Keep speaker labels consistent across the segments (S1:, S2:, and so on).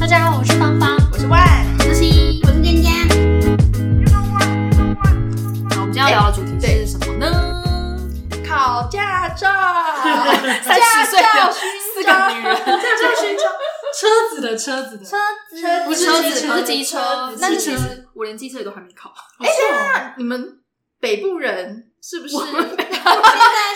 S1: 大家好，我是芳芳，
S2: 我是万。
S1: 我是西。
S3: 我是尖尖，
S1: 那我们今天要聊的主题是什么呢？
S2: 考驾照，
S1: 三十岁
S2: 驾
S1: 的
S2: 照
S1: 四
S2: 勋
S1: 个
S2: 章，
S1: 女人，
S2: 驾照勋章，
S4: 车子的车子的，
S3: 车子
S2: 车
S1: 不是车
S4: 车
S1: 子，
S4: 子
S1: 不
S4: 车
S1: 是
S4: 子
S1: 机车
S2: 车，子
S1: 但是
S4: 机
S1: 其
S4: 车
S1: 实我连机车也都还没考。
S4: 哎呀，
S2: 那你们北部人是不是？
S3: 现在是
S2: 你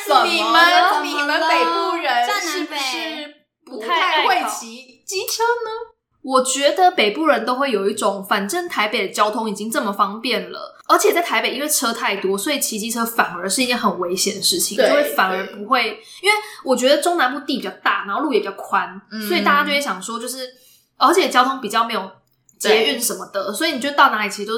S3: 怎么了
S2: 们你们北部人
S3: 站
S2: 是
S3: 南
S2: 不
S3: 北
S2: 是不
S1: 太
S2: 太
S1: 爱
S2: 会
S1: 考
S2: 骑机车呢？
S1: 我觉得北部人都会有一种，反正台北的交通已经这么方便了，而且在台北因为车太多，所以骑机车反而是一件很危险的事情，就
S2: 对
S1: 会反而
S2: 对
S1: 不会。因为我觉得中南部地比较大，然后路也比较宽，
S2: 嗯
S1: 所以大家就会想说，就是而且交通比较没有捷运什么的，所以你就到哪里其实都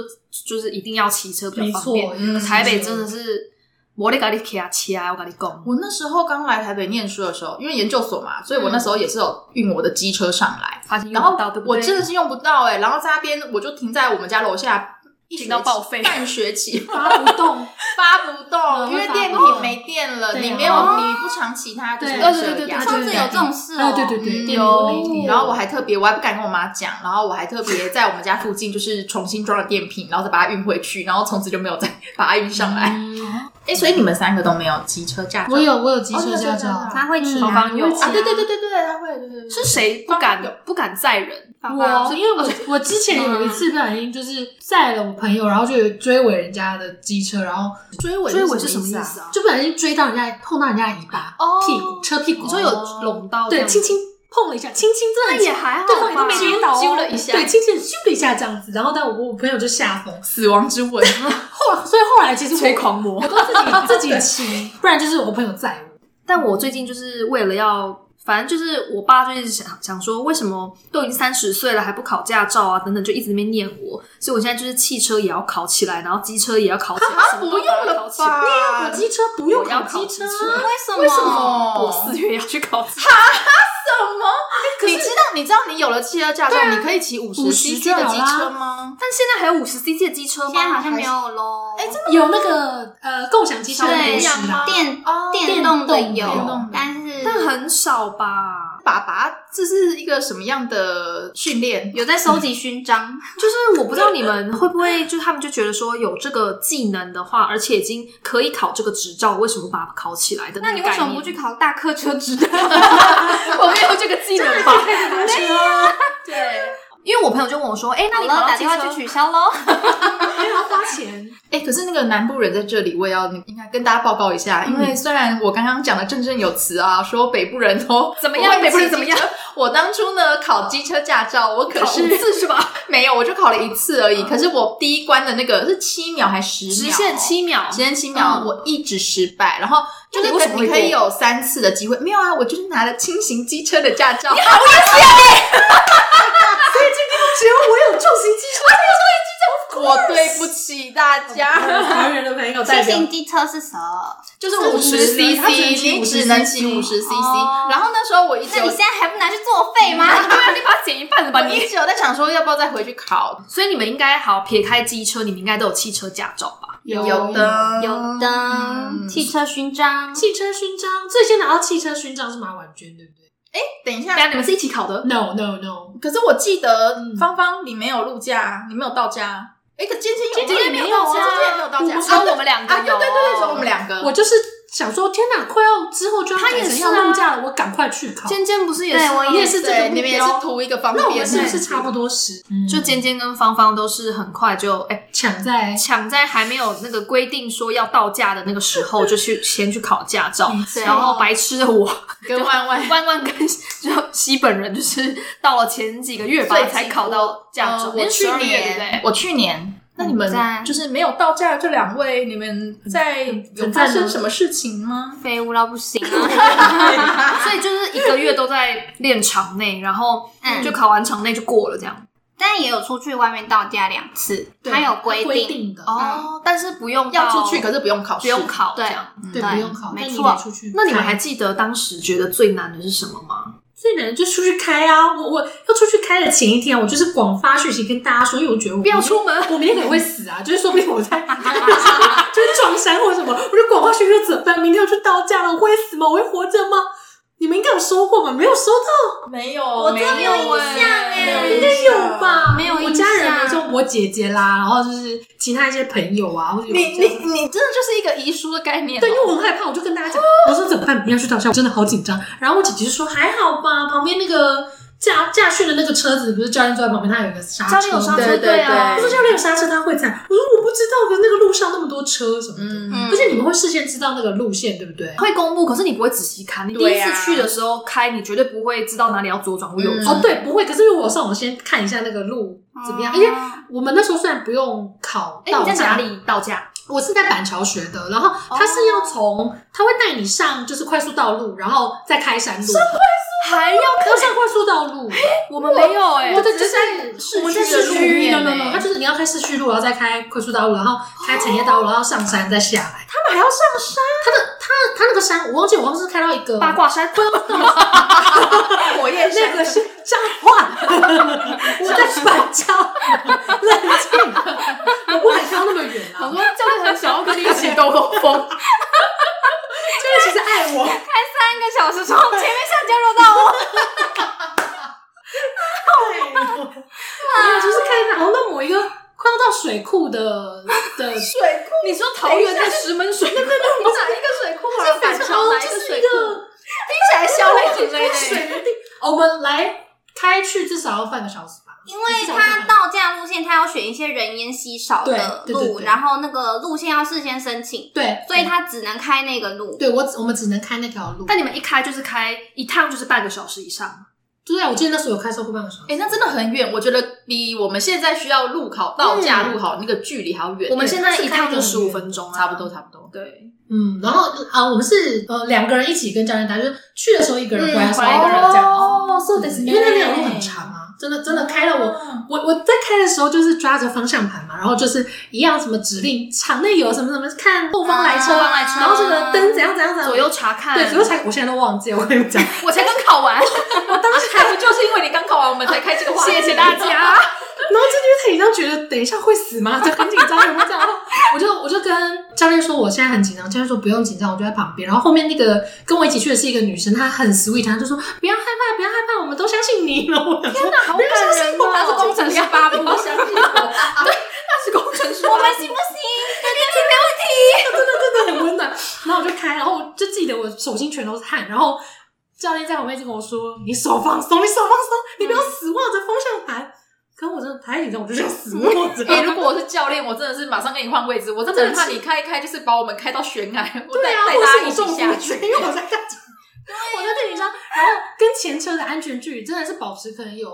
S1: 就是一定要骑车比
S4: 没
S1: 较方
S4: 错
S1: 便。，
S2: 嗯
S1: 台北真的是。我得咖喱骑啊骑啊，我跟你讲，
S2: 我那时候刚来台北念书的时候，因为研究所嘛，所以我那时候也是有运我的机车上来，
S1: 发现用
S2: 然
S1: 不
S2: 后
S1: 到，对不对？
S2: 我真的是用不到哎、然后在那边我就停在我们家楼下一学
S1: 停
S2: 期
S1: 到报废
S2: 半学期
S1: 发不动，
S2: 发不动，
S4: 嗯
S2: 因为
S4: 发不
S2: 电
S4: 动
S2: 瓶没电了，
S4: 对
S2: 你
S4: 啊
S2: 没有你不常骑它，就是这
S4: 对
S2: 样
S1: 对对对对对
S3: 车子有这种事哦，
S4: 啊对对对，
S2: 嗯
S4: 电波雷
S1: 有
S4: 电，
S2: 然后我还特别，我还不敢跟我妈讲，然后我还特别在我们家附近就是重新装了电瓶，然后再把它运回去，然后从此就没有再把它运上来。哎、 所以你们三个都没有机车驾照？
S4: 我有我有机
S2: 哦
S4: 车
S2: 对对
S4: 驾
S2: 对
S4: 照，
S2: 对
S3: 他会骑
S1: 好方
S3: 啊，
S1: 有
S4: 我会骑
S2: 啊，对对对对对，他会，对对对，
S1: 是谁不
S2: 方
S1: 敢不敢载人？哦
S4: 我因为我我之前有一次不小心就是载了我朋友，然后就有追尾人家的机车，然后
S2: 追尾
S1: 追尾是什么
S2: 么
S1: 意
S2: 啊
S1: 思啊？
S4: 就不小心追到人家碰到人家的尾巴、
S1: 哦
S4: 屁股车屁股，
S1: 你说有拢到这
S4: 对
S1: 样
S4: 轻
S1: 子，
S4: 轻碰了一下，轻轻真
S1: 那
S4: 的
S1: 也
S4: 很轻。
S1: 还好吧，
S4: 对方也都没跌倒、哦，
S2: 揪了一下
S4: 对，轻轻地揪了一下这样子，然后但我我朋友就吓疯。
S2: 死亡之吻，
S4: 后来，所以后来其实我
S1: 狂魔
S4: 我。都自己自己骑，不然就是我朋友载我。
S1: 但我最近就是为了要，反正就是我爸就是想想说，为什么都已经三十岁了还不考驾照啊，等等，就一直在那边念我。所以我现在就是汽车也要考起来，然后机车也要考起来，什
S2: 不
S1: 么都
S2: 用
S1: 要
S2: 了
S1: 考起来。
S2: 吧？
S4: 机车不用
S1: 我要
S4: 考
S1: 考
S4: 机车
S1: 机
S4: 啊，
S3: 为
S2: 为
S3: 什
S2: 什
S3: 么？
S2: 么？哦
S1: 我四月要去考机车，
S2: 你知道你知道你有了汽车驾照，
S1: 啊
S2: 你可以骑五十
S4: 50
S2: cc
S4: 就好
S2: 的
S4: 啦
S2: 机车吗？
S1: 但现在还有五十 cc 的机车吗？
S3: 现在好像没有喽，哎，
S4: 有那个呃共享机车的
S3: 对
S4: 东西啦，
S3: 电
S2: 哦
S3: 电动的
S4: 电
S2: 动的
S3: 有，但是
S1: 但很少吧。
S2: 爸爸，这是一个什么样的训练？
S3: 有在收集勋章，
S1: 就是我不知道你们会不会，就是他们就觉得说有这个技能的话，而且已经可以考这个执照，为什么不把它考起来的
S3: 那
S1: 个
S3: 你
S1: 概
S3: 为
S1: 念？
S3: 什么不去考大客车执照？
S1: 我没有这个技能吧？对，因为我朋友就问我说：“哎、那
S3: 好
S1: 你
S3: 了，
S1: 考到
S3: 打
S1: 机
S3: 电话去
S1: 车？
S3: 取消喽。
S4: 因为要花钱。
S2: 哎、可是那个南部人在这里，我也要应该跟大家报告一下，
S1: 嗯
S2: 因为虽然我刚刚讲的振振有词啊， 说北部人哦 都
S1: 怎么样
S2: 不会
S1: 北部人
S2: 骑
S1: 怎么样
S2: 机车？ 我当初呢考机车驾照，我可
S1: 考
S2: 是
S1: 五次是 吧？哦
S2: 没有，我就考了一次而已。可是我第一关的那个是七秒还是十
S1: 直
S2: 秒？
S1: 线，七秒，
S2: 直线七秒，
S1: 嗯
S2: 我一直失败。然后就
S1: 那
S2: 是
S1: 你为什么
S2: 可
S1: 会
S2: 啊你可以
S1: 过
S2: 有三次的机会，没有啊，我就是拿了轻型机车的驾 照。
S4: 只有我有重型机 车，
S2: 我对不起大家，
S4: 台人的朋友代
S3: 新
S4: 表
S3: 型机车是什么？
S2: 就是
S4: 是
S2: 五十 CC，
S4: 50他只能骑
S2: 你
S4: 50
S2: 只能骑五十 CC。
S3: 哦
S2: 然后那时候我一直
S3: 那
S2: 有
S3: 你现在还不拿去作废吗？
S1: 对啊，你把它减一半了吧
S2: 我一
S1: 你？
S2: 直有在想说，要不要再回去考？
S1: 所以你们应该好撇开机车，你们应该都有汽车驾照 吧？
S4: 有
S2: 的嗯
S3: 有的，汽车勋章，
S4: 汽车勋章，最先拿到汽车勋章是马婉娟，对不对
S2: 等一
S1: 大家
S2: 下，
S1: 啊你们是一起考的？
S4: ？No No No，
S2: 可是我记得
S4: 嗯
S2: 芳芳你没有入驾，你没有到家。哎，可今天有
S1: 今天没有啊
S2: 今天也没有到家。
S1: 我说我们两个
S2: 啊，对对对对，只有我们两个。
S4: 我就是想说，天哪，快要之后就要
S1: 他也
S4: 改成
S1: 是
S4: 要
S1: 啊
S4: 入价了，我赶快去考。
S1: 尖尖不是也是
S3: 对我
S1: 吗？
S4: 也是这个
S2: 对
S4: 目
S2: 你们也是
S4: 标
S2: 图一个方便。
S4: 那我们是不是
S2: 对
S4: 差不？多时？嗯
S1: 就尖尖跟芳芳都是很快就哎。
S4: 抢在
S1: 抢在还没有那个规定说要到驾的那个时候，就去先去考驾照
S4: 没，
S1: 然后白痴的我
S2: 跟万万
S1: 嗯 万万跟就西本人就是到了前几个月吧
S2: 最近
S1: 才考到驾照，
S2: 呃我
S1: 你是
S2: 去
S1: 12月对不
S2: 年
S1: 对？，
S2: 我去年。那你们
S3: 在
S2: 就是没有到驾的这两位，你们在有发生什么事情吗？
S3: 废物到不行啊！
S1: 所以就是一个月都在练场内，然后
S3: 嗯
S1: 就考完场内就过了这样。
S3: 但也有出去外面到家两次，
S4: 对
S3: 它有
S4: 规
S3: 定，
S4: 定的，
S1: 哦，但是不用到
S2: 要出去，可是不用考试，
S1: 不用考这
S3: 对
S1: 样。
S4: 对，
S3: 对
S4: 不用考，
S3: 没
S4: 但你
S3: 错
S4: 得出去。
S1: 那你们还记得当时觉得最难的是什么吗？
S4: 最难的就出去开啊！我我要出去开的前一天，我就是广发讯息跟大家说，因为我觉得我
S1: 不要出门
S4: 我明天可能会死啊，就是说不定我在 就是撞山或什么，我就广发讯息说怎么办？明天我就到家了，我会死吗？我会活着吗？你们应该有收过吧？没有收到，
S2: 没有，
S3: 我真的没有印象
S2: 哎
S3: 哎
S2: 没有印象
S4: 应该有吧？
S3: 没有
S4: 我
S3: 印
S4: 家人
S3: 象
S4: 没收，我姐姐啦，然后就是其他一些朋友啊，或者有
S2: 你
S4: 这
S2: 你
S4: 样
S2: 你真的就是一个遗书的概念哦、
S4: 对，因为我很害怕，我就跟大家
S1: 哦
S4: 讲，我说怎么办？明天要去照相，我真的好紧张。然后我姐姐就说还好吧，旁边那个驾驾训的那个车子，不是教练坐在旁边，他有一个刹车，
S1: 教练有刹
S2: 对
S1: 车
S2: 对
S1: 队啊，
S4: 他
S2: 对
S4: 说教练有刹车，他会踩。我说我不知道的，那个路上那么多车什么的。
S2: 嗯，
S4: 而且你们会事先知道那个路线，对不对？
S1: 会公布，可是你不会仔细看。你第一
S2: 对
S1: 次
S2: 啊
S1: 去的时候开，你绝对不会知道哪里要左转或右
S2: 嗯
S1: 转。
S4: 哦，对，不会。可是因为我上网先看一下那个路
S3: 嗯
S4: 怎么样，因为我们那时候虽然不用考
S1: 哦哎、
S4: 到
S1: 你在
S4: 驾
S1: 哪里到驾？
S4: 我是在板桥学的，然后他是要从，他会带你上就是快速道路，然后再开山路，
S1: 还要
S4: 要上快速道路。
S1: 我们没有哎、
S4: 我的
S1: 只
S4: 就是是我们在
S2: 市
S4: 市
S2: 区的路
S4: 区
S2: 面
S4: ，no no no，
S2: 欸
S4: 他就是你要开市区路，然后再开快速道路，然后开产业道路，然后上山再下来。他们还要上山？他的他他那个山，我忘记我好像是开到一个
S1: 八卦山，
S2: 我也是
S4: 那个是彰化， 我在板桥，冷 静，我不敢飘那么远啊。
S1: 说教练很想要跟你一起兜兜风，
S4: 这哎其实爱我，
S3: 三个小时从前面橡胶绕到我，
S4: 没有，就是看好像到某一个快要到水库的的
S2: 水库，
S1: 你说桃园的石门水库，
S2: 哪一个水库啊？板
S4: 非
S2: 桥
S4: 常
S2: 哪一
S4: 就
S2: 个
S4: 是
S2: 水
S4: 一
S2: 库？
S4: 个
S2: 起来消费品
S4: 跟水的地。哦我们来开去至少要半个小时吧，
S3: 因为他到驾路线，他要选一些人烟稀少的
S4: 对对对
S3: 路，
S4: 对
S3: 然后那个路线要事先申请，
S4: 对，
S3: 所以他只能开那个路。
S4: 对我只我们只能开那条路。
S1: 但你们一开就是开一趟就是半个小时以上，
S4: 对啊，我记得那时候有开车过半个小时。
S2: 哎、那真的很远，我觉得比我们现在需要路考到驾路考那个距离还要远。
S1: 我们现在一趟就
S4: 对
S1: 十五分钟啊，
S2: 差不多，差不多。
S1: 对，
S4: 嗯，然后啊、呃我们是呃两个人一起跟教练打，就是去的时候一个人，
S1: 嗯
S4: 回来的时候
S1: 回来
S4: 一个人这样子。
S2: 哦，so
S4: 对因为那条路很长啊，真的真的开了我我我在开的时候就是抓着方向盘嘛，然后就是一样什么指令，场内有什么什么看后方来车，
S3: 啊来车
S4: 然后这个灯怎样怎样怎样，
S1: 左右查看，
S4: 对左右才，我现在都忘记了，我跟你们讲，
S2: 我才刚考完，我当时还不就是因为你刚考完，我们才开这个话题。
S1: 谢谢大 家。
S2: 啊
S4: 然后这就是他已经觉得等一下会死吗？就很紧张，然后这样，然后我就我就跟教练说我现在很紧张，教练说不用紧张，我就在旁边。然后后面那个跟我一起去的是一个女生，她很 sweet，她就说不要害怕，不要害怕，我们都相信你。然后我想说，
S1: 好感人哦！
S2: 他是工程师八部，
S4: 相信我，
S2: 啊 他是工程师
S3: 我
S2: 八
S3: 们
S2: 部。
S3: 行不行？这
S4: 真的真的很温暖。然后我就开，然后我就记得我手心全都是汗，然后。教练在旁边就跟我说：“你手放松，你手放松，你不要
S2: 嗯
S4: 死握着方向盘。可我真的太紧张，我就 想死握着。
S2: 哎、如果我是教练，我真的是马上跟你换位置。我真的很怕你开一开，就是把我们开到悬崖，我带
S4: 对啊，
S2: 带
S4: 或
S2: 大
S4: 是
S2: 家
S4: 我
S2: 一
S4: 中
S2: 起
S4: 风
S2: 下
S4: 去，
S2: 去。 啊
S4: 因为我在干，我在对你说，然后跟前车的安全距离真的是保持可能有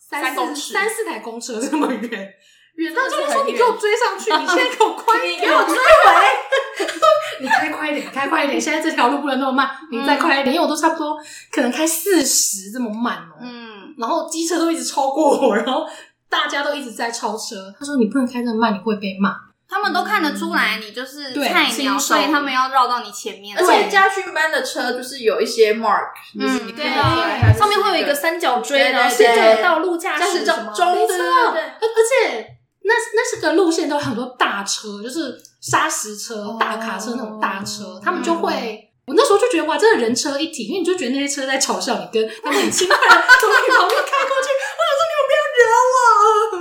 S4: 三
S2: 三
S4: 四
S2: 公尺
S4: 三四台公车这么远，远到就是
S2: 真的是
S4: 说
S2: 很
S4: 你
S2: 远
S4: 给我追上去，你现在给我快一点，
S2: 给我
S4: 追回，你开快一点， 开快一点，现在这条路不能那么慢，你再快一
S2: 嗯
S4: 点，因为我都差不多可能开四十这么慢哦、
S3: 嗯，
S4: 然后机车都一直超过我，然后大家都一直在超车。他说你不能开这么慢，你会被骂。
S2: 哦
S3: 他们都看得出来你就是
S4: 对
S3: 菜
S4: 新手
S3: 鸟，所以他们要绕到你前面。
S2: 而且家训班的车就是有一些 mark，就是你
S3: 嗯
S2: 可以
S1: 对
S2: 看得出来它
S1: 啊，
S2: 就是
S1: 上面会有一个三角锥，
S2: 对对
S1: 然后
S2: 对
S1: 顺着道路驾
S2: 驾驶
S1: 驶什么
S2: 中啊中
S4: 没错
S2: 对对对，
S4: 而而且那那是个路线都有很多大车，就是砂石车、
S2: 哦嗯
S4: 大卡车那种大车，他们就会。我那时候就觉得哇，真的人车一体，因为你就觉得那些车在嘲笑你，跟他们很轻快的从你旁边开过去。 我想说 你们不要惹我，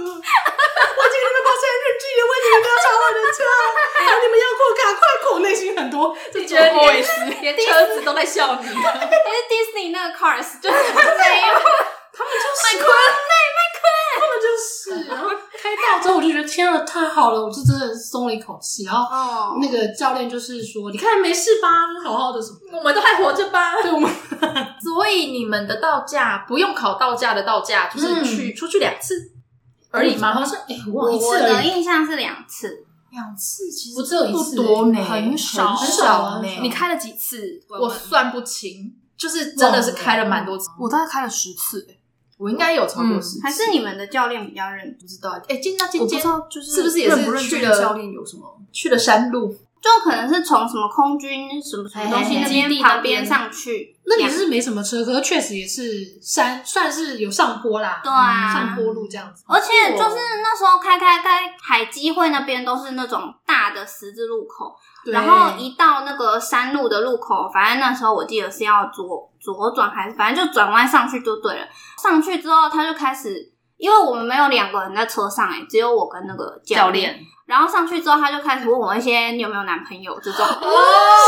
S4: 我已经跟你们保持安全距离，我已经不要超我的车， 然后你们要过卡快 过，我内心很多这
S2: 你觉
S4: 种
S2: 得连连车子 都在笑你，
S3: 但是 Disney 那个 Cars 就是没有，
S4: 他们就是麦昆，麦麦昆，他们就是。然后开到之后，我就觉得天啊，太好了，我就真的松了一口气。然后
S3: 哦，
S4: 那个教练就是说，你看没事吧，好好的什么的。
S2: 我们都还活着吧？
S4: 对我们
S2: 所以你们的道驾不用考道驾的道驾，
S1: 嗯
S2: 就是去、出去两次而已吗？
S4: 好像哎，我
S3: 我
S4: 忘了一次
S3: 我
S4: 而
S3: 的
S4: 已，
S3: 印象是两次，
S2: 两次其
S4: 我只有一次
S2: 不多呢，
S1: 很少
S2: 很
S4: 很少
S2: 呢
S4: 很。少
S1: 你开了几次？
S2: 我算不清，就是真的是开了蛮多次。
S1: 我大概开了十次、
S2: 我应该有超过十次，
S3: 还是你们的教练比较认
S2: 不
S3: 真，
S2: 知道。哎，今那今
S1: 我不
S2: 天
S1: 知道就是
S2: 是不是也是
S1: 认不认
S2: 去
S1: 真
S2: 了
S1: 教练有什么？
S2: 去了山路，
S3: 就可能是从什么空军什么什么东西那
S1: 嘿嘿嘿
S3: 边旁边上去，
S4: 那里是没什么车，可是确实也是山，算是有上坡啦，
S3: 对啊
S4: 嗯上坡路这样子。
S3: 而且就是那时候开开开海基会那边都是那种大的十字路口，
S4: 对
S3: 然后一到那个山路的路口，反正那时候我记得是要左左转还是反正就转弯上去就对了。上去之后他就开始，因为我们没有两个人在车上、欸，只有我跟那个
S2: 教
S3: 练。
S2: 练
S3: 然后上去之后他就开始问我一些你有没有男朋友这种，
S1: 哦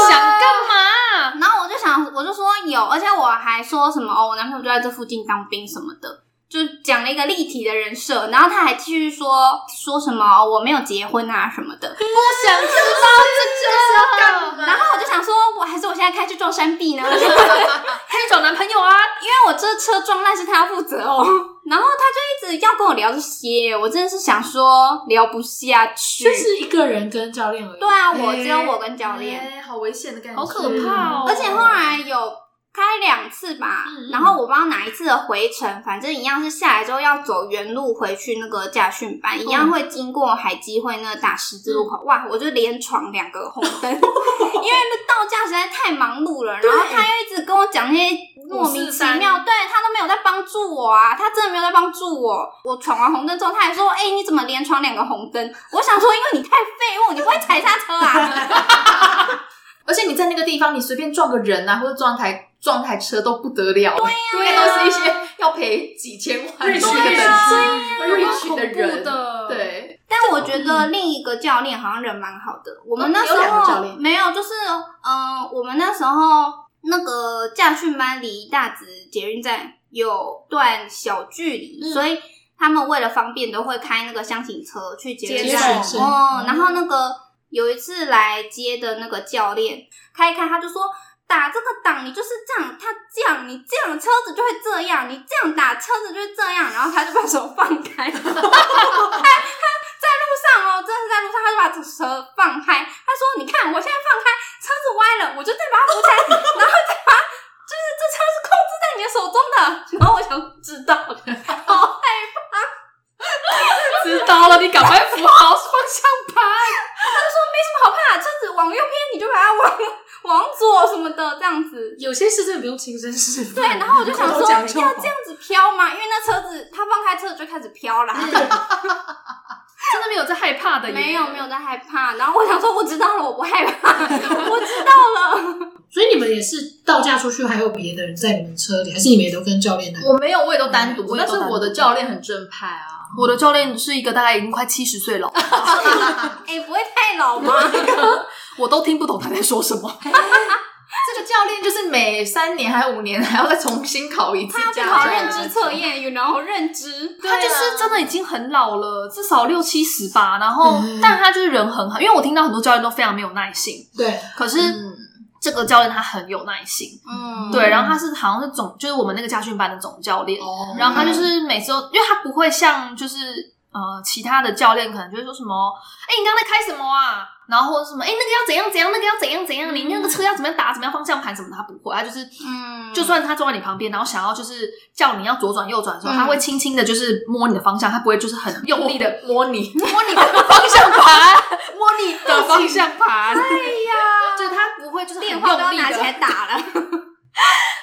S2: 想干嘛？
S3: 然后我就想，我就说有，而且我还说什么哦，我男朋友就在这附近当兵什么的，就讲了一个立体的人设。然后他还继续说说什么、哦、我没有结婚啊什么的。
S2: 不想知道这个。
S3: 然后我就想说，我还是我现在开去撞山壁呢， 因
S1: 他去找男朋友啊！
S3: 为我这车撞烂是他要负责哦。然后他就一直要跟我聊这些，我真的是想说聊不下去。
S4: 就是嗯一个人跟教练而已。
S3: 对啊，我只有我跟教练，
S2: 哎好危险的感觉，
S1: 好可怕哦
S3: 而且后来有开两次吧，
S4: 嗯嗯
S3: 然后我不知道哪一次的回程，反正一样是下来之后要走原路回去那个驾训班，一
S4: 嗯
S3: 样会经过海基会那个大十字路口，哇，我就连闯两个红灯， 因为那道驾实在太忙碌了，然后他又一直跟我讲那些。莫名其妙，对他都没有在帮助我啊！他真的没有在帮助我。我闯完红灯之后，他还说：“哎、你怎么连闯两个红灯？”我想说，因为你太废物，你不会踩刹车啊！
S2: 而且你在那个地方，你随便撞个人啊，或者撞台撞台车都不得了，对
S3: 对啊
S2: 都是一些要赔几千万
S4: 瑞
S2: 的
S4: 士
S2: 等
S4: 的
S2: 级
S4: 人
S1: 蛮
S2: ，rich
S1: 恐
S2: 的人
S1: 怖，的，，
S2: 对，
S3: 但我觉得另一个教练好像人蛮好的。我们那时
S2: 嗯哦你有两个教
S3: 候
S2: 练
S3: 没有，就是嗯、呃我们那时候那个驾训班离大直捷运站有段小距离，
S4: 嗯
S3: 所以他们为了方便都会开那个箱型车去捷运
S4: 接
S3: 站
S4: 学生
S2: 嗯
S3: 哦。然后那个有一次来接的那个教练开一开，他就说。打这个档，你就是这样，他这样，你这样车子就会这样，你这样打车子就会这样，然后他就把手放开，上哦，真的是在路上，他就把这蛇放开。他说：“你看，我现在放开，车子歪了，我就再把它扶起来， 然后再把它，就是这车是控制在你的手中的。”然后我想知道，好害怕。
S1: 知道了，你赶快扶好方向盘。
S3: 他说：“没什么好怕，车子往右偏，你就把它往往左什么的，这样子。”
S4: 有些事真的不用亲身示范。
S3: 对，然后我就想
S4: 口
S3: 说，哎要
S4: 头讲就
S3: 这
S4: 好
S3: 样子飘吗？因为那车子他放开车子就开始飘 啦。
S1: 真的没有在害怕的，
S3: 没有没。有在害怕，然后我想说，我知道了，我不害怕， 我知道了。
S4: 所以你们也是到驾出去，还有别的人在你们车里，还是你们也都跟教练来？
S2: 我没有，我也都单独
S1: 嗯我，也
S2: 但
S1: 都
S2: 是
S1: 单独
S2: 我的教练很正派啊，
S1: 我的教练是一个大概已经快七十岁了，
S3: 哎、不会太老吗？
S1: 我都听不懂他在说什么。
S2: 这个教练就是每哎三年还五年 还要再重新考一次
S3: 他要去
S2: 驾照，
S3: 考认知测验，you know，认知。
S1: 他就是真的已经很老了，至少六七十吧。然后，但他就是人很好，因为我听到很多教练都非常没有耐心，
S4: 对，
S1: 可是
S2: 嗯。
S1: 这个教练他很有耐心。
S3: 嗯
S1: 对，然后他是好像是总，就是我们那个家训班的总教练。
S4: 哦
S1: 然后他就是每次都，因为他不会像就是呃其他的教练可能就会说什么，哎、你刚才开什么啊？然后或者什么，哎、那个要怎样怎样，那个要怎样怎样，你那个车要怎么样打，怎么样方向盘什么的，他不会，他就是
S3: 嗯
S1: 就算他坐在你旁边，然后想要就是叫你要左转右转的时候，
S3: 嗯
S1: 他会轻轻的，就是摸你的方向，他不会就是很用力的
S2: 摸你，
S1: 摸你的方向盘，摸你的方向盘。对呀， 就是他不会就是很
S3: 电话都
S1: 用
S3: 要
S1: 力
S3: 拿起来
S1: 的，
S3: 打了，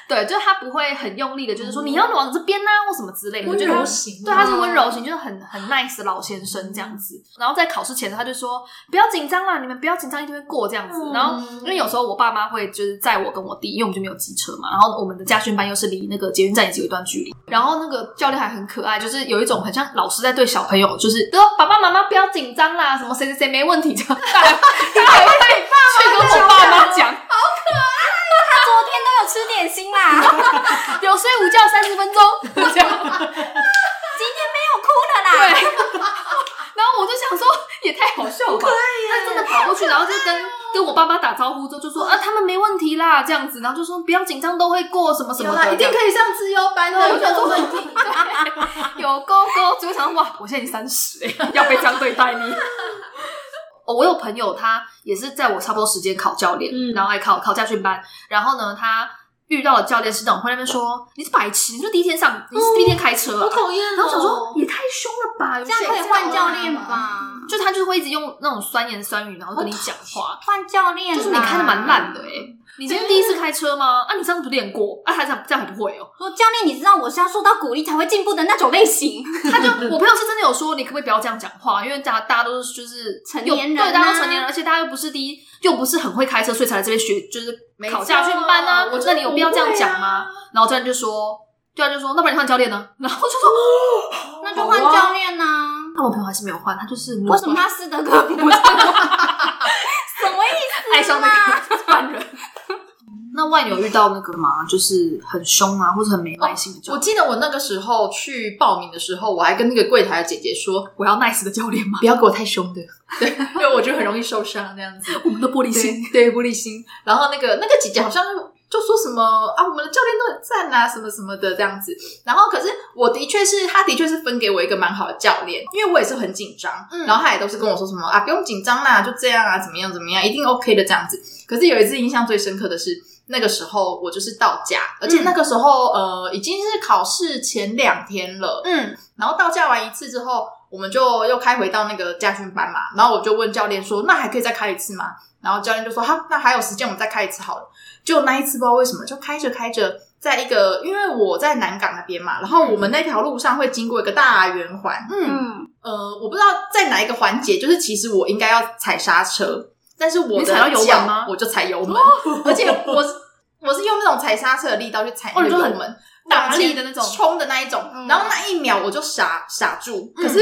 S1: 对，就是他不会很用力的，
S3: 嗯
S1: 就是说你要往这边呐、或什么之类的，
S4: 温
S1: 我觉得
S4: 柔
S1: 他
S4: 型的，
S1: 对，他是温柔型，就是很很 nice 的老先生这样子。然后在考试前，他就说不要紧张啦，你们不要紧张，一定会过这样子。然后因为有时候我爸妈会就是载我跟我弟，因为我们就没有机车嘛。然后我们的家训班又是离那个捷运站也是有一段距离。然后那个教练还很可爱，就是有一种很像老师在对小朋友，就是说爸爸妈妈不要紧张啦，什么谁谁谁没问题这样。大家还会 去跟我爸妈讲，
S3: 他昨天都有吃点心 啦，今天没
S1: 有睡午觉三十分钟这样。
S3: 有哭了啦。
S1: 对， 然后我就想说，也太好笑了吧！他真的跑过去，然后就跟跟我爸妈打招呼之后，就说啊，他们没问题啦，这样子，然后就说不要紧张，都会过什么什么 的，
S2: 以上资优班
S1: 对我想说
S2: 问题。
S1: 有勾勾。结果想到哇，我现在已经三十哎，要被这样对待你。 哦我有朋友，他也是在我差不多时间考教练，
S4: 嗯
S1: 然后还考考驾训班，然后呢，他。遇到的教练是那种会在那边说你是白痴，你就第一天上你是第一天开车、啊，
S4: 好讨厌、哦。
S1: 然后想说也太凶了吧，有
S3: 这样可以
S1: 谁
S3: 换
S1: 啊
S3: 教练吧？
S1: 就他就是会一直用那种酸言酸语，然后跟你讲话，
S3: 换教练啦，
S1: 就是你开的蛮烂的哎、你今天第一次开车吗？啊，你上次不练过？啊，他这样这样还不会哦、
S3: 说教练，你知道我是要受到鼓励才会进步的那种类型。
S1: 他就我朋友是真的有说，你可不可以不要这样讲话？因为大大家都是就是
S3: 成
S1: 又
S3: 年人
S1: 对，大家
S3: 啊
S1: 都成年人，而且大家又不是第一，又不是很会开车，所以才来这边学，就是
S2: 没
S1: 考驾训
S2: 错
S1: 班啊
S2: 我。真
S1: 那
S2: 的
S1: 你有必要这样讲吗？
S3: 啊
S1: 然后教练就说，教练就说，那不然你换教练呢？然后就说，
S3: 那就换教练呐、
S1: 那我朋友还是没有换，他就是
S3: 为什么他斯德哥尔摩症候群？什么意思？
S1: 爱上那个犯人？那万有遇到那个吗？就是很凶啊，或者很没耐心的教
S2: 我
S1: 练？
S2: 记得我那个时候去报名的时候，我还跟那个柜台的姐姐说，
S1: 我要 nice 的教练吗？
S2: 不要给我太凶的，对，因为我觉得很容易受伤这样子。
S1: 我们的玻璃心。
S2: 对，对玻璃心。然后那个那个姐姐好像就就说什么啊，我们的教练都很赞啊，什么什么的这样子。然后可是我的确是，他的确是分给我一个蛮好的教练，因为我也是很紧张，
S1: 嗯
S2: 然后他也都是跟我说什么啊，不用紧张啦，就这样啊，怎么样怎么样，一定 OK 的这样子。可是有一次印象最深刻的是。那个时候我就是到家，而且那个时候、呃已经是考试前两天了，
S1: 嗯，
S2: 然后到驾完一次之后，我们就又开回到那个驾训班嘛。然后我就问教练说：“那还可以再开一次吗？”然后教练就说：“好，那还有时间，我们再开一次好了。”就那一次不知道为什么，就开着开着，在一个因为我在南港那边嘛，然后我们那条路上会经过一个大圆环，嗯，
S3: 嗯，
S2: 呃，我不知道在哪一个环节，就是其实我应该要踩刹车，但是我
S1: 你
S2: 的
S1: 踩到油门
S2: 脚
S1: 吗
S2: 我就踩油门，而且我是 我是用那种踩刹车的力道去踩
S1: 哦
S2: 那
S1: 你
S2: 个
S1: 就
S2: 油
S1: 很
S2: 门，
S1: 打力的那种
S2: 冲的那一种
S3: 嗯。
S2: 然后那一秒我就傻傻住，
S1: 嗯
S2: 可是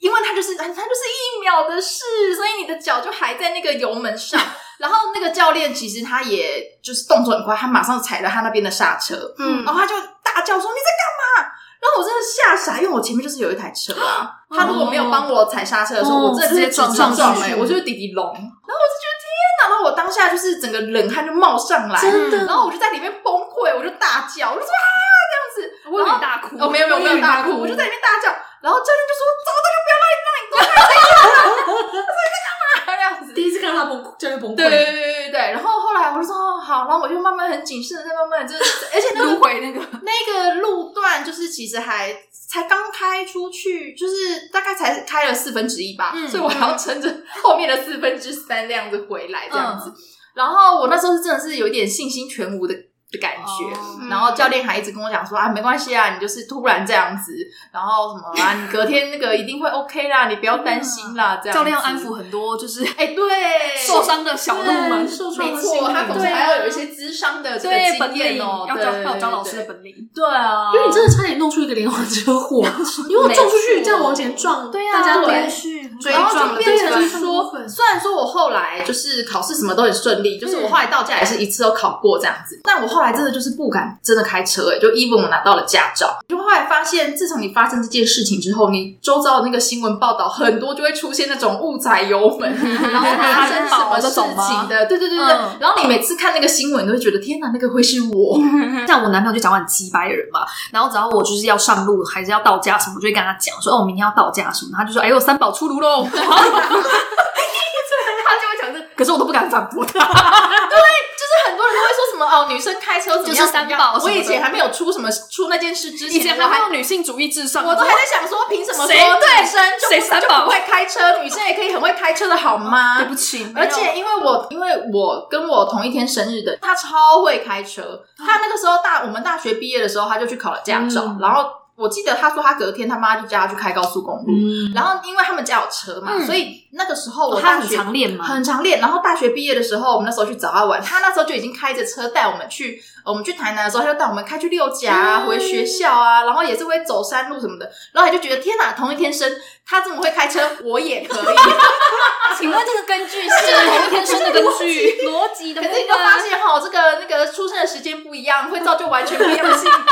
S2: 因为它就是它就是一秒的事，所以你的脚就还在那个油门上。然后那个教练其实他也就是动作很快，他马上踩了他那边哦的刹车，
S3: 嗯
S2: 然后他就大叫说：“你在干嘛？”然后我真的吓傻，因为我前面就是有一台车啊，他如果没有帮我踩刹车的时候，
S1: 哦
S2: 我真的直接
S1: 撞
S2: 撞
S1: 上去
S2: 哎、我就是滴滴龙。然后我就觉得天哪，然后我当下就是整个冷汗就冒上来，
S4: 真的
S3: 嗯
S2: 然后我就在里面崩溃，我就大叫，我就说啊这样子，
S1: 我有点大哭。
S2: 哦，没有没有没有大哭，我就在里面大叫，然后教练就说：“早知道就不要让你让你多开这个，他说你在干嘛？”这样子。
S4: 第一次看到他崩教练崩溃，
S2: 对对对对对，然后后来我就说哦好，然后我就慢慢很谨慎的在慢慢地就是，而且那个
S1: 路回那个，
S2: 那个路段就是其实还才刚开出去，就是大概才开了四分之一吧，
S1: 嗯
S2: 所以我还要撑着后面的四分之三这样子回来这样
S1: 嗯
S2: 子。然后我那时候是真的是有一点信心全无的的感觉。
S1: 哦
S2: 然后教练还一直跟我讲说啊，没关系啊，你就是突然这样子，然后什么啊，你隔天那个一定会 OK 啦，你不要担心啦，这样子
S1: 教练要安抚。很多就是
S2: 哎、对，
S1: 受伤的小鹿们，
S4: 对受伤
S2: 没
S4: 的心
S2: 错，
S4: 灵
S2: 他同时
S4: 对啊
S2: 还要有一些资商的这个
S1: 对
S3: 啊
S2: 经
S1: 本领
S2: 验哦，
S1: 要
S2: 对
S1: 教
S2: 对
S1: 要教
S2: 对
S1: 老师
S2: 对
S1: 的本领。
S2: 对啊，
S4: 因为你真的差点弄出一个连环车祸，因为我撞出去
S2: 没错
S4: 这样往前撞，大家
S2: 对
S4: 连续
S1: 续
S2: 追撞
S4: 了
S2: 变
S4: 对啊
S2: 成
S4: 追撞部
S2: 说，
S4: 分
S2: 虽然说我后来就是考试什么都很顺利，就是我后来到家也是一次都考过这样子，但我后来真的就是不敢真的开车、欸，就 even 我拿到了驾照，就后来发现，自从你发生这件事情之后，你周遭的那个新闻报道很多就会出现那种误踩油门， 然后发生 什么事情的，对对对对，
S1: 嗯
S2: 然后你每次看那个新闻，你都会觉得天哪，那个会是我，
S1: 像我男朋友就讲话很鸡掰的人嘛，然后只要我就是要上路还是要到家什么，我就会跟他讲说，哦，我明天要到家什么，他就说，哎呦，三宝出炉 喽，然后他就会讲这，可是我都不敢反驳他，
S2: 很多人都会说什么哦，女生开车怎么
S1: 就
S2: 样怎
S1: 是
S2: 么
S1: 三
S2: 样
S1: 宝什么的
S2: 我以前还没有出什么出那件事之前，
S1: 以前
S2: 我
S1: 还会有女性主义至上，
S2: 我都还在想说，凭什么说
S1: 谁
S2: 女生就
S1: 谁
S2: 不
S1: 三
S2: 就
S1: 宝
S2: 不会开车，女生也可以很会开车的好吗？
S1: 对不起，
S2: 而且因为我因为我跟我同一天生日的，他超会开车。他那个时候大我们大学毕业的时候，他就去考了驾照，
S1: 嗯
S2: 然后我记得他说他隔天他妈就叫他去开高速公路。
S1: 嗯，
S2: 然后，因为他们家有车嘛，
S1: 嗯哦
S2: 所以那个时候我
S1: 他
S2: 大
S1: 很
S2: 学
S1: 常练嘛，
S2: 很常练。然后大学毕业的时候，我们那时候去找他玩，他那时候就已经开着车带我们去，呃我们去台南的时候，他就带我们开去六甲啊，
S1: 嗯
S2: 回学校啊，然后也是会走山路什么的。然后他就觉得天哪，同一天生，他这么会开车，我也可以。
S3: 请问这个根 据
S1: 这个
S3: 是
S1: 同一天生的根据，
S3: 逻辑的
S2: 可
S3: 部
S2: 是你就发
S3: 分？
S2: 现哈，这个那个出生的时间不一样，会造就完全不一样的性格。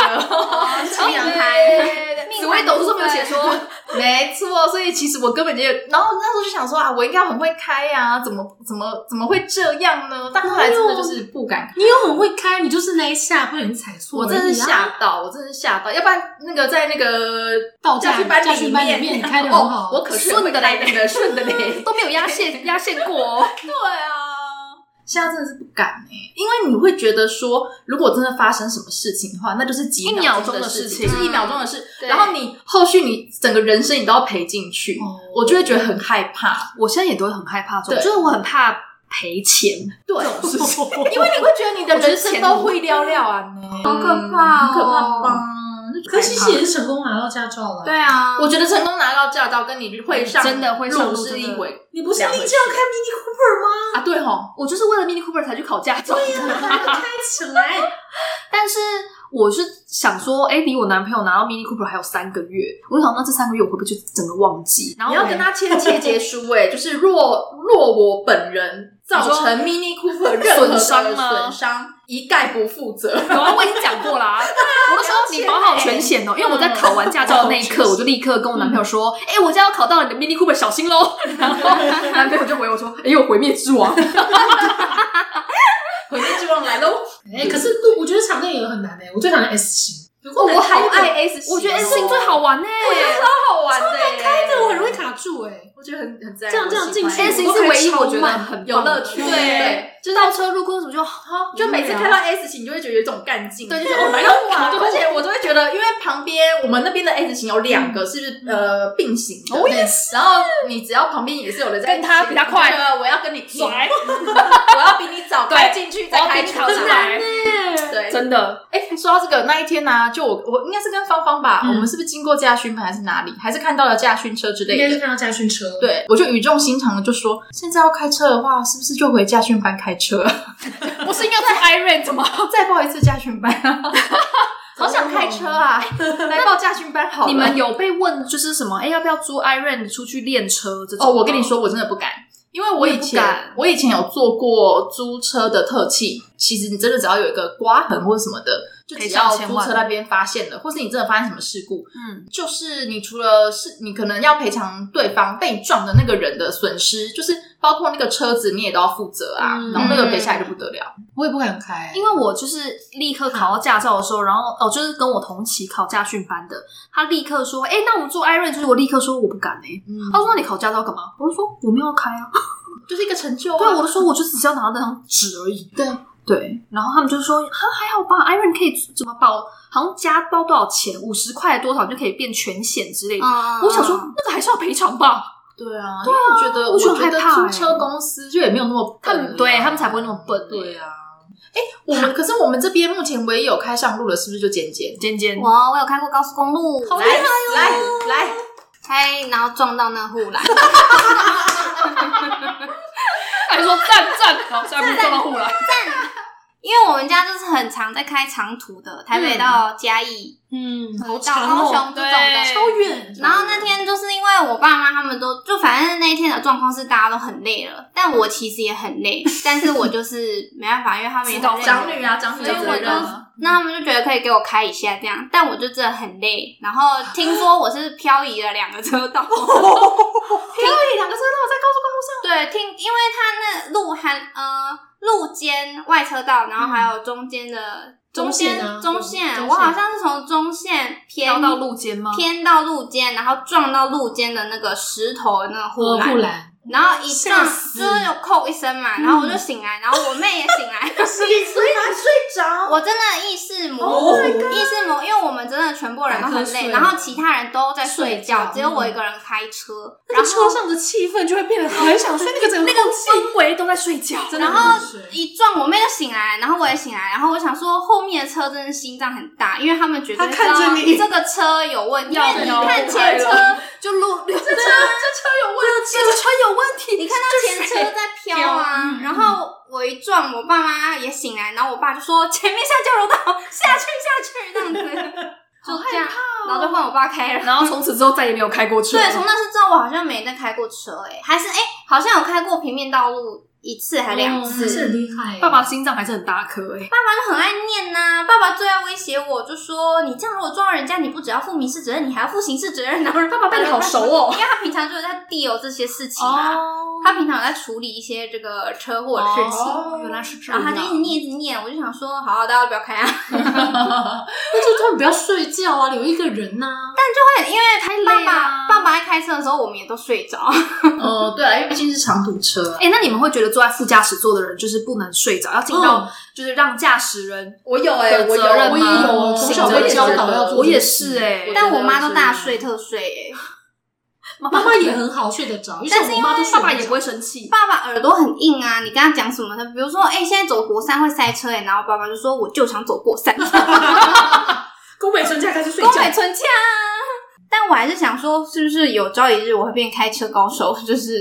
S3: 西洋
S2: 对
S3: 牌，
S2: 对对对
S3: 命
S2: 紫
S3: 盘
S2: 微斗数上面有写说，没错，所以其实我根本就，然后那时候就想说啊，我应该很会开呀、怎么怎么怎么会这样呢？但后来真的就是不敢
S4: 你又很会开，你就是那一下不小心踩错
S2: 我
S4: 而已啊，
S2: 真的是吓到，我真的是吓到，要不然那个在那个
S4: 到驾
S2: 去班
S4: 驾训班里面你开的很 好
S2: 哦，我可是
S1: 顺的 嘞
S2: 来那个顺的嘞
S1: ，都没有压线压线过哦，
S2: 对啊，现在真的是不敢哎、因为你会觉得说，如果真的发生什么事情的话，那就是几
S1: 一秒
S2: 钟
S1: 钟的
S2: 事
S1: 事情
S2: 就是一秒钟的事。
S1: 对
S2: 然后你后续你整个人生你都要赔进去，
S4: 哦
S2: 我就会觉得很害怕。
S1: 我现在也都会很害怕这种，
S2: 对
S1: 就是我很怕赔钱，
S2: 对，
S4: 是是
S2: 因为你会觉得你的
S1: 我觉得
S2: 人生
S1: 钱
S2: 都
S1: 很
S2: 灰溜溜啊，
S3: 好可怕、哦，
S2: 很可怕吧？就觉得
S4: 可是其实也是成功拿到驾照了。
S3: 对，啊，
S2: 我觉得成功拿到驾照跟你会上
S1: 真的会上
S2: 路
S1: 路
S2: 是一
S1: 真的
S2: 回
S4: 你不是一直要
S2: 两
S4: 开
S2: 回事
S4: Mini Cooper 吗？
S2: 啊，对吼，
S1: 我就是为了 Mini Cooper 才去考驾照。
S4: 开起来，
S1: 但是我是想说，哎、离我男朋友拿到 Mini Cooper 还有三个月，我就想，那这三个月我会不会就整个忘记？然后
S2: 你要跟他签切结书哎、就是若若我本人造成 Mini Cooper 任何的
S1: 损伤吗
S2: 损伤，一概不负责。
S1: 有啊，我已经讲过啦、
S2: 啊
S1: 我都说你好好全险哦、因为我在考完驾照的那一
S2: 嗯
S1: 刻，我就立刻跟我男朋友说，哎、我家要考到你的 Mini Cooper，小 心喽。然后男朋友就回我说，哎、有毁灭之王。
S2: 回天之王来喽！
S4: 哎，可是路我觉得场内也很难哎，我最讨厌 S 型，
S2: 哦，我好爱 S，
S1: 我觉得 S 型
S2: 型哦
S1: 最好玩呢、
S2: 超好玩的、欸，开
S4: 但我很容易，卡住哎，
S2: 我觉得很很赞。
S4: 这样这样
S2: 我喜欢
S4: 进去
S1: S 型
S4: 我都
S1: 是
S4: 开
S1: 唯一
S4: 超
S1: 我觉得
S4: 慢
S1: 很
S2: 有乐
S1: 趣。
S2: 趣，
S4: 对
S2: 对，
S1: 就倒车入库什么就啊
S2: 就每次看到 S 型，就会觉得哦有一种干劲，啊对，就是我来到哇！而且我都会觉得，因为旁边我们那边的 S 型有两个是呃并行的，我也是。然后你只要旁边也是有人在
S1: 跟他比他快
S2: 对，我要跟你拼，
S1: 甩
S2: 我要比你早
S1: 对
S2: 开进去再开出
S1: 我要比你早
S2: 来
S1: 来。
S2: 对，
S1: 真的，
S2: 哎，说到这个那一天呢，就我我应该是跟芳芳吧，
S4: 嗯
S2: 我们是不是经过驾训班还是哪里，还是看到了驾训车之
S4: 应
S2: 类
S4: 该是
S2: 的？
S4: 看到驾训车，，
S2: 对，我就语重心长的就说，现在要开车的话，是不是就回驾训班开车？
S1: 不是应该做 i r a n 吗？
S2: 再报一次驾训班 啊！好想开车啊！来报驾训班好了。
S1: 你们有被问就是什么？哎、要不要租 i r o n 出去练车这种？
S2: 哦，我跟你，说，我真的不敢，因为我以
S1: 你也不
S2: 前
S1: 敢
S2: 我以前有做过租车的特技。其实你真的只要有一个刮痕或什么的，就只要
S1: 赔上千
S2: 租
S1: 万
S2: 车那边发现了，或是你真的发生什么事故，
S1: 嗯，
S2: 就是你除了是你可能要赔偿对方被你撞的那个人的损失，就是包括那个车子你也都要负责啊，
S1: 嗯
S2: 然后那个赔下来就不得了。
S4: 我也不敢开，
S1: 因为我就是立刻考到驾照的时候，然后哦，就是跟我同期考驾训班的，他立刻说，哎、那我们做 i r o n 就是我立刻说我不敢哎、
S2: 嗯
S1: 他说那你考驾照干嘛？我就说我们要开啊，
S2: 就是一个成就、啊。
S1: 对，我就说我就只是要拿到那张纸而已。
S2: 对
S1: 对，然后他们就说哈还好吧 i r o n 可以怎么报？好像加包多少钱，五十块多少你就可以变全险之类的。
S3: 嗯，
S1: 我想说那个还是要赔偿吧，
S2: 对啊，因为我觉得，
S1: 我
S2: 觉
S1: 觉
S2: 得
S1: 得害怕
S2: 租
S4: 欸
S2: 车公司就也没有那么
S1: 他
S2: 笨啊、
S1: 们对他们才不会那么笨欸
S2: 对啊，哎、我们可是我们这边目前唯一有开上路的，是不是就尖尖？
S1: 啊尖尖。
S3: 我我有开过高速公路，
S2: 来
S1: 啊
S2: 来来，
S3: 开然后撞到那护栏，
S1: 还说赞赞，然后下面撞到护栏。
S3: 因为我们家就是很常在开长途的，台北到嘉义、
S4: 嗯，
S3: 到
S4: 好长
S3: 高
S4: 哦，
S3: 雄这种的。
S1: 对
S4: 远
S3: 然后那天就是因为我爸妈他们都就反正那一天的状况是大家都很累了，但我其实也很累，但是我就是没办法，因为他们也 很累。
S2: 长女啊，长女
S3: 所
S2: 有
S3: 以
S2: 责
S3: 我
S2: 任啊。
S3: 就那他们就觉得可以给我开一下这样，但我就真的很累。然后听说我是漂移了两个车 道，
S2: 对，两个车道
S3: 对，听，因为它那路还呃路肩外车道，然后还有中间的
S4: 中线
S3: 间
S4: 啊
S3: 中
S4: 中中
S3: 我好
S4: 线
S3: 像是从中线
S1: 飘
S3: 偏
S1: 到路肩吗？
S3: 偏到路肩，然后撞到路肩的那个石头的那个护栏，
S4: 哦护栏，
S3: 然后一
S4: 吓
S3: 撞
S4: 死
S3: 就是有扣一声嘛，然后我就醒来，然后我妹也醒来。
S2: 所以你睡着，
S3: 我真的意识模糊
S4: Oh my
S3: 意识模糊，因为我们真的全部人都很
S4: 打瞌
S3: 累，
S4: 睡
S3: 然后其他人都在
S4: 睡
S3: 睡
S4: 觉
S3: 觉，只有我一个人开车，
S4: 那
S3: 然
S4: 个
S3: 后
S4: 车上的气氛就会变得很 想睡，那个整个
S1: 氛围都在睡觉，
S4: 真的
S3: 然
S4: 很
S3: 后
S4: 想睡。
S3: 一撞，我妹就醒来，然后我也醒来，然后我想说后面的车真的心脏很大，因为他们觉
S4: 她
S3: 得
S4: 看着你
S3: 这个车有问题，因哦
S1: 要
S3: 为你
S1: 要
S3: 看前车，
S1: 就路这车这车有问题，这车有问题，
S3: 你看到前车在飘啊，然后我一撞，我爸妈也醒来，然后我爸就说前面下交流道，下去下去这样子，就这样，然后就换我爸开了。
S1: 然后从此之后再也没有开过车。
S3: 对，从那次之后，我好像没再开过车、欸，哎，还是哎、好像有开过平面道路一次还两次，
S4: 嗯是很厉害耶，
S1: 爸爸心脏还是很大颗哎，
S3: 爸就很爱念呐、爸爸最爱威胁我，就说你这样如果撞到人家，你不只要负民事责任，你还要负刑事责任。然后
S1: 爸爸
S3: 被
S1: 背的好熟哦哦
S3: 因为他平常就是在 deal 这些事情嘛。，啊他平常有在处理一些这个车祸的事情，
S2: 哦
S1: 原来是这
S3: 然
S1: 样。
S3: 后他就一直念一直念，我就想说，好好，大家不要开啊，
S4: 那就他们不要睡觉啊，留一个人 呐、
S3: 对，因为他爸
S1: 累
S3: 爸、
S1: 啊
S3: 爸爸在开车的时候，我们也都睡着，
S4: 哦
S2: 呃，对啊，因为毕竟是长途车啊，
S1: 哎、那你们会觉得坐在副驾驶座的人就是不能睡着，要尽到
S4: 嗯
S1: 就是让驾驶人
S2: 我有哎、
S1: 的
S2: 我有
S1: 责任吗
S4: 我也有
S1: 行
S4: 从小
S1: 责
S4: 被
S1: 任
S4: 教
S1: 责
S4: 导
S1: 任
S4: 要做
S1: 我
S4: 这
S1: 也
S4: 件
S1: 是
S4: 事
S1: 哎、
S2: 觉
S3: 但
S2: 得
S3: 我妈都
S2: 是
S3: 大睡特睡、欸，
S1: 妈
S4: 妈妈也很好睡得着，因为像
S3: 但是
S4: 我妈都
S1: 爸爸也
S4: 睡
S1: 不会生气。
S3: 爸爸耳朵很硬啊，你跟他讲什么呢？比如说，哎、现在走国三会塞车、欸，然后爸爸就说，我就想走过三，
S4: 宫北春假开始睡
S3: 东
S4: 觉
S3: 北，春假啊。但我还是想说，是不是有朝一日我会变开车高手？ 就是，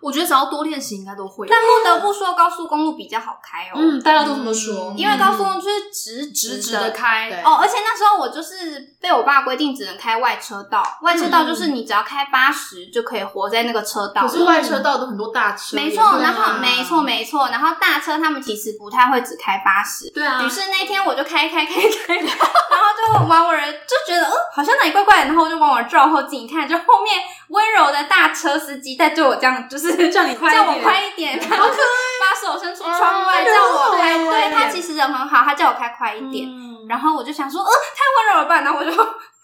S1: 我觉得只要多练习，应该都会。
S3: 但不得不说，高速公路比较好开哦，
S4: 嗯，大家都这么说，
S3: 因为高速公路就是直
S1: 直直
S3: 直
S1: 的
S3: 的。
S1: 开，
S3: 哦，而且那时候我就是被我爸规定只能开外车道，外车道就是你只要开八十就可以活在那个车道
S2: 可。是外车道都很多大车，
S3: 没
S2: 也不
S3: 错，
S2: 会
S3: 然
S2: 啊
S3: 后没错没错，然后大车他们其实不太会只开八十，
S4: 对啊
S3: 于，是那天我就开开开开，然 后就往我的就觉得嗯好像哪里怪怪的，然后我就往我的照后镜一看，就后面温柔的大车司机在对我这样，就是
S4: 叫你快一
S3: 叫
S4: 点
S3: 我快一 点，好可爱，把手伸出窗外、
S4: 嗯
S3: 叫我开，
S4: 人好
S3: 对
S4: 哎
S3: 他其实人很好，他叫我开快一点，
S4: 嗯
S3: 然后我就想说嗯太温柔了吧，然后我就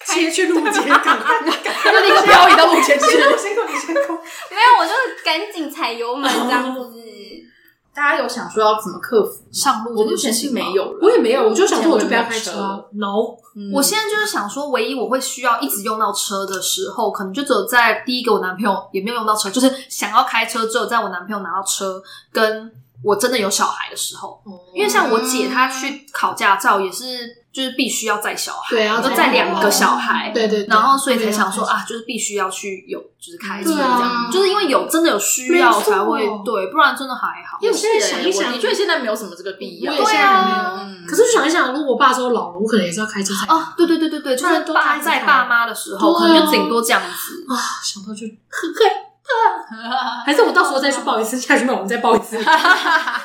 S4: 切去路肩梗，
S2: 他就立刻漂移到路前去。
S4: 先空，你先空。
S3: 没有，我就赶紧踩油门这样子。
S2: 大家有想说要怎么克服？
S1: 上路
S2: 我
S1: 这
S2: 目
S1: 件
S2: 前
S1: 事
S2: 是
S1: 情吗
S2: 没。有了，
S4: 我也没有，我就想说我就不要开
S2: 我也没有
S4: 车，no，
S1: 我
S2: 先
S1: 现在就是想说，唯一我会需要一直用到车的时候，可能就只有在第一个我男朋友也没有用到车，就是想要开车，只有在我男朋友拿到车，跟我真的有小孩的时候。
S4: 哦
S1: 因为像我
S4: 嗯
S1: 姐她去考驾照也是，就是必须要载小孩，
S4: 对啊，
S1: 然后载两个小孩，
S4: 哦对对，对
S1: 然后所以才想说
S4: 对
S1: 啊，就是必须要去有，就是开车
S4: 对
S1: 这
S4: 啊
S1: 样，就是因为有真的有需要
S4: 没错
S1: 才会对，不然真的还好。
S4: 因为我现在想一
S2: 我
S4: 想
S2: 的确现在没有什么这个必要。
S4: 我也
S1: 现在
S4: 还
S2: 没有嗯
S4: 可是想一想，如果我爸之后老了，我可能也是要开车才
S1: 哦，对对对对对，就
S4: 不然
S1: 是
S4: 多
S1: 爸
S4: 开一
S1: 在
S4: 台
S1: 爸妈的时候，
S4: 对
S1: 可
S4: 啊
S1: 能就顶多这样子。
S4: 啊， 想到就很害怕。还是我到时候再去报一次下去嘛，我们再报一次，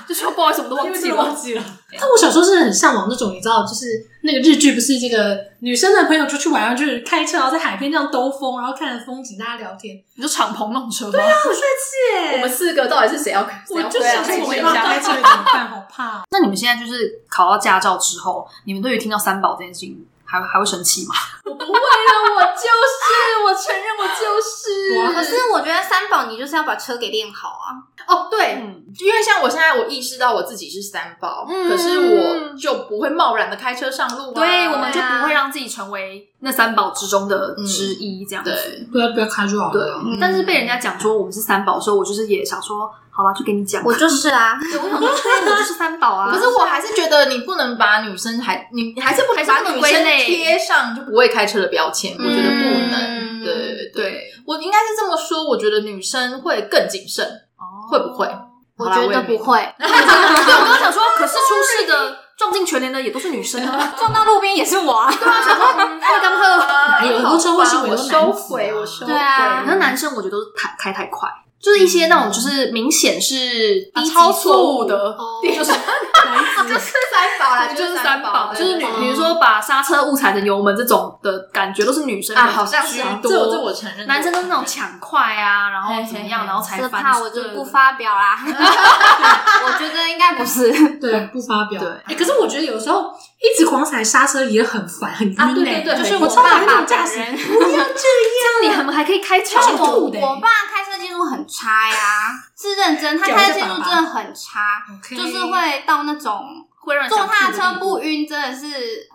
S1: 就说不好意思，我们都
S4: 因
S1: 忘
S4: 为
S1: 记
S4: 真的
S1: 了
S4: 忘。记了。但我小时候是很向往那种，你知道，就是那个日剧，不是这个女生的朋友出去玩，然后就是开车，然后在海边这样兜风，然后看着风景，大家聊天，
S1: 你说敞篷那种车吗？
S4: 好帅气
S2: 我们四个到底是谁要开？
S4: 我就
S2: 谁要
S4: 想
S2: 开
S4: 说，我没
S1: 啊
S2: 谁
S4: 办
S2: 要
S4: 法开
S2: 开
S4: 车怎么办？好怕哦。
S1: 那你们现在就是考到驾照之后，你们对于听到三宝这件事情还还会生气吗？
S3: 对了，我就是，我承认我就是。可是我觉得三宝，你就是要把车给练好啊。
S2: 哦，对，
S1: 嗯，
S2: 因为像我现在我意识到我自己是三包，
S1: 嗯
S2: 可是我就不会贸然的开车上路啊。
S1: 对，我们就
S3: 对啊
S1: 不会让自己成为那三宝之中的之一，这样子。
S2: 对，
S4: 不要不要开就
S1: 嗯
S4: 好
S1: 对
S4: 了。，
S1: 但是被人家讲说我们是三宝的时候，我就是也想说，好了，就给你讲 吧。
S3: 我就是啊，
S1: 对我想说， 对我就是三宝啊。
S2: 可是我还是觉得你不能把女生还你还是不能
S1: 还
S2: 把
S1: 是不能
S2: 女
S1: 归
S2: 生
S1: 类
S2: 贴上就不会开车的标签，我觉得不能。
S3: 嗯
S2: 对对，
S1: 对，
S2: 我应该是这么说，我觉得女生会更谨慎，会不会？
S3: 我觉得不会，
S1: 对，我刚刚想说，可是出事的撞进全连的也都是女生 啊。
S3: 撞到路边也是我啊。
S1: 那哎刚喝，
S2: 还
S4: 有很多车祸新闻
S2: 哎我
S4: 都男
S2: 收
S4: 子啊
S2: 回，我收回。
S3: 对啊
S1: 可是男生我觉得都是太开太快，就是一些那种就是明显是低
S2: 超
S1: 级
S2: 错误
S1: 的，
S4: 哦
S1: 就是
S2: 就是啊三宝啦，
S1: 就是三宝，就是
S2: 对
S1: 女
S2: 对对
S1: 比如说把刹车误踩成油门这种的感觉都是女生
S2: 啊，好像是
S1: 居
S2: 啊这我这
S1: 多。
S2: 我承认，
S1: 男生都是那种抢快啊，然后怎
S2: 嘿
S1: 么样，
S2: 嘿嘿
S1: 然后才
S3: 这
S1: 翻
S3: 怕我就不发表啦。 我觉得应该不是。
S4: 对，不发表。
S1: 对
S4: 哎，可是我觉得有时候一直狂踩刹车也很烦，很晕
S2: 啊对
S4: 欸
S2: 对对
S4: 就是
S2: 很
S4: 我
S2: 晕
S4: 超讨
S3: 爸
S4: 厌那
S3: 爸
S4: 种驾驶，
S3: 本人
S4: 不要这
S1: 这
S4: 样
S1: 样你们还可以开
S4: 超
S1: 长
S4: 酷
S1: 途
S4: 的。
S3: 我爸开车技术很差呀，是认真，他开车技术真的很差，
S4: OK
S3: 就是会到那种
S1: 会让人
S3: 坐
S1: 想
S3: 他
S1: 吐
S3: 的
S1: 的
S3: 车
S1: 地步
S3: 不晕，真的是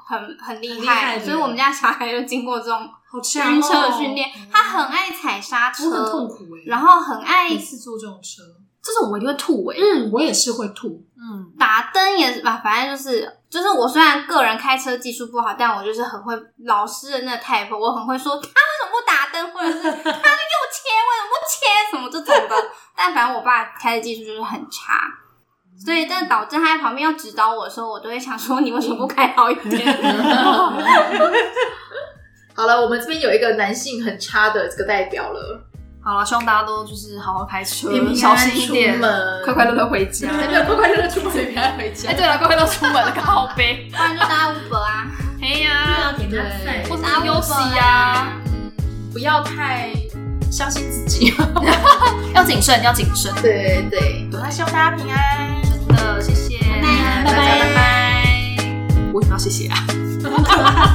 S3: 很很厉
S4: 很厉害
S3: 害。
S4: 对
S3: 所以我们家小孩就经过这种
S4: 好强哦
S3: 晕车的训练，他很爱踩刹
S4: 我很痛
S3: 车，
S4: 苦哎。
S3: 然后很爱
S4: 每次坐这种车，
S1: 这种我一定会吐哎。
S4: 嗯，我也是会吐。
S1: 嗯，
S3: 打灯也是吧，反正就是就是我虽然个人开车技术不好，但我就是很会老师的那个 type，我很会说他为什么不打灯，或者是他又切为什么不切什么这种的。但反正我爸开的技术就是很差，所以但导致他在旁边要指导我的时候，我都会想说你为什么不开好一点？
S2: 好了，我们这边有一个男性很差的这个代表了，
S1: 好了，希望大家都就是好好开车，
S2: 平平
S1: 小
S2: 安安
S1: 心一点
S2: 出，门哎
S1: 快快乐乐回家。
S2: 没有快快乐乐 出门，平安回家
S1: 哎，。对了，快快乐乐出门了，靠背。
S3: 不然就搭 Uber 啊，
S1: 哎呀，
S4: 给他
S2: 对啊
S1: 或是
S3: 搭
S1: 优
S3: Uber
S1: 西呀。
S3: 啊
S2: 不要太相信自己。
S1: 要谨慎，要谨慎。
S2: 对对，那希望大家平安。
S1: 真的，谢谢，
S3: 拜拜
S1: 大家拜拜。为什么要谢谢啊？
S4: 很可爱。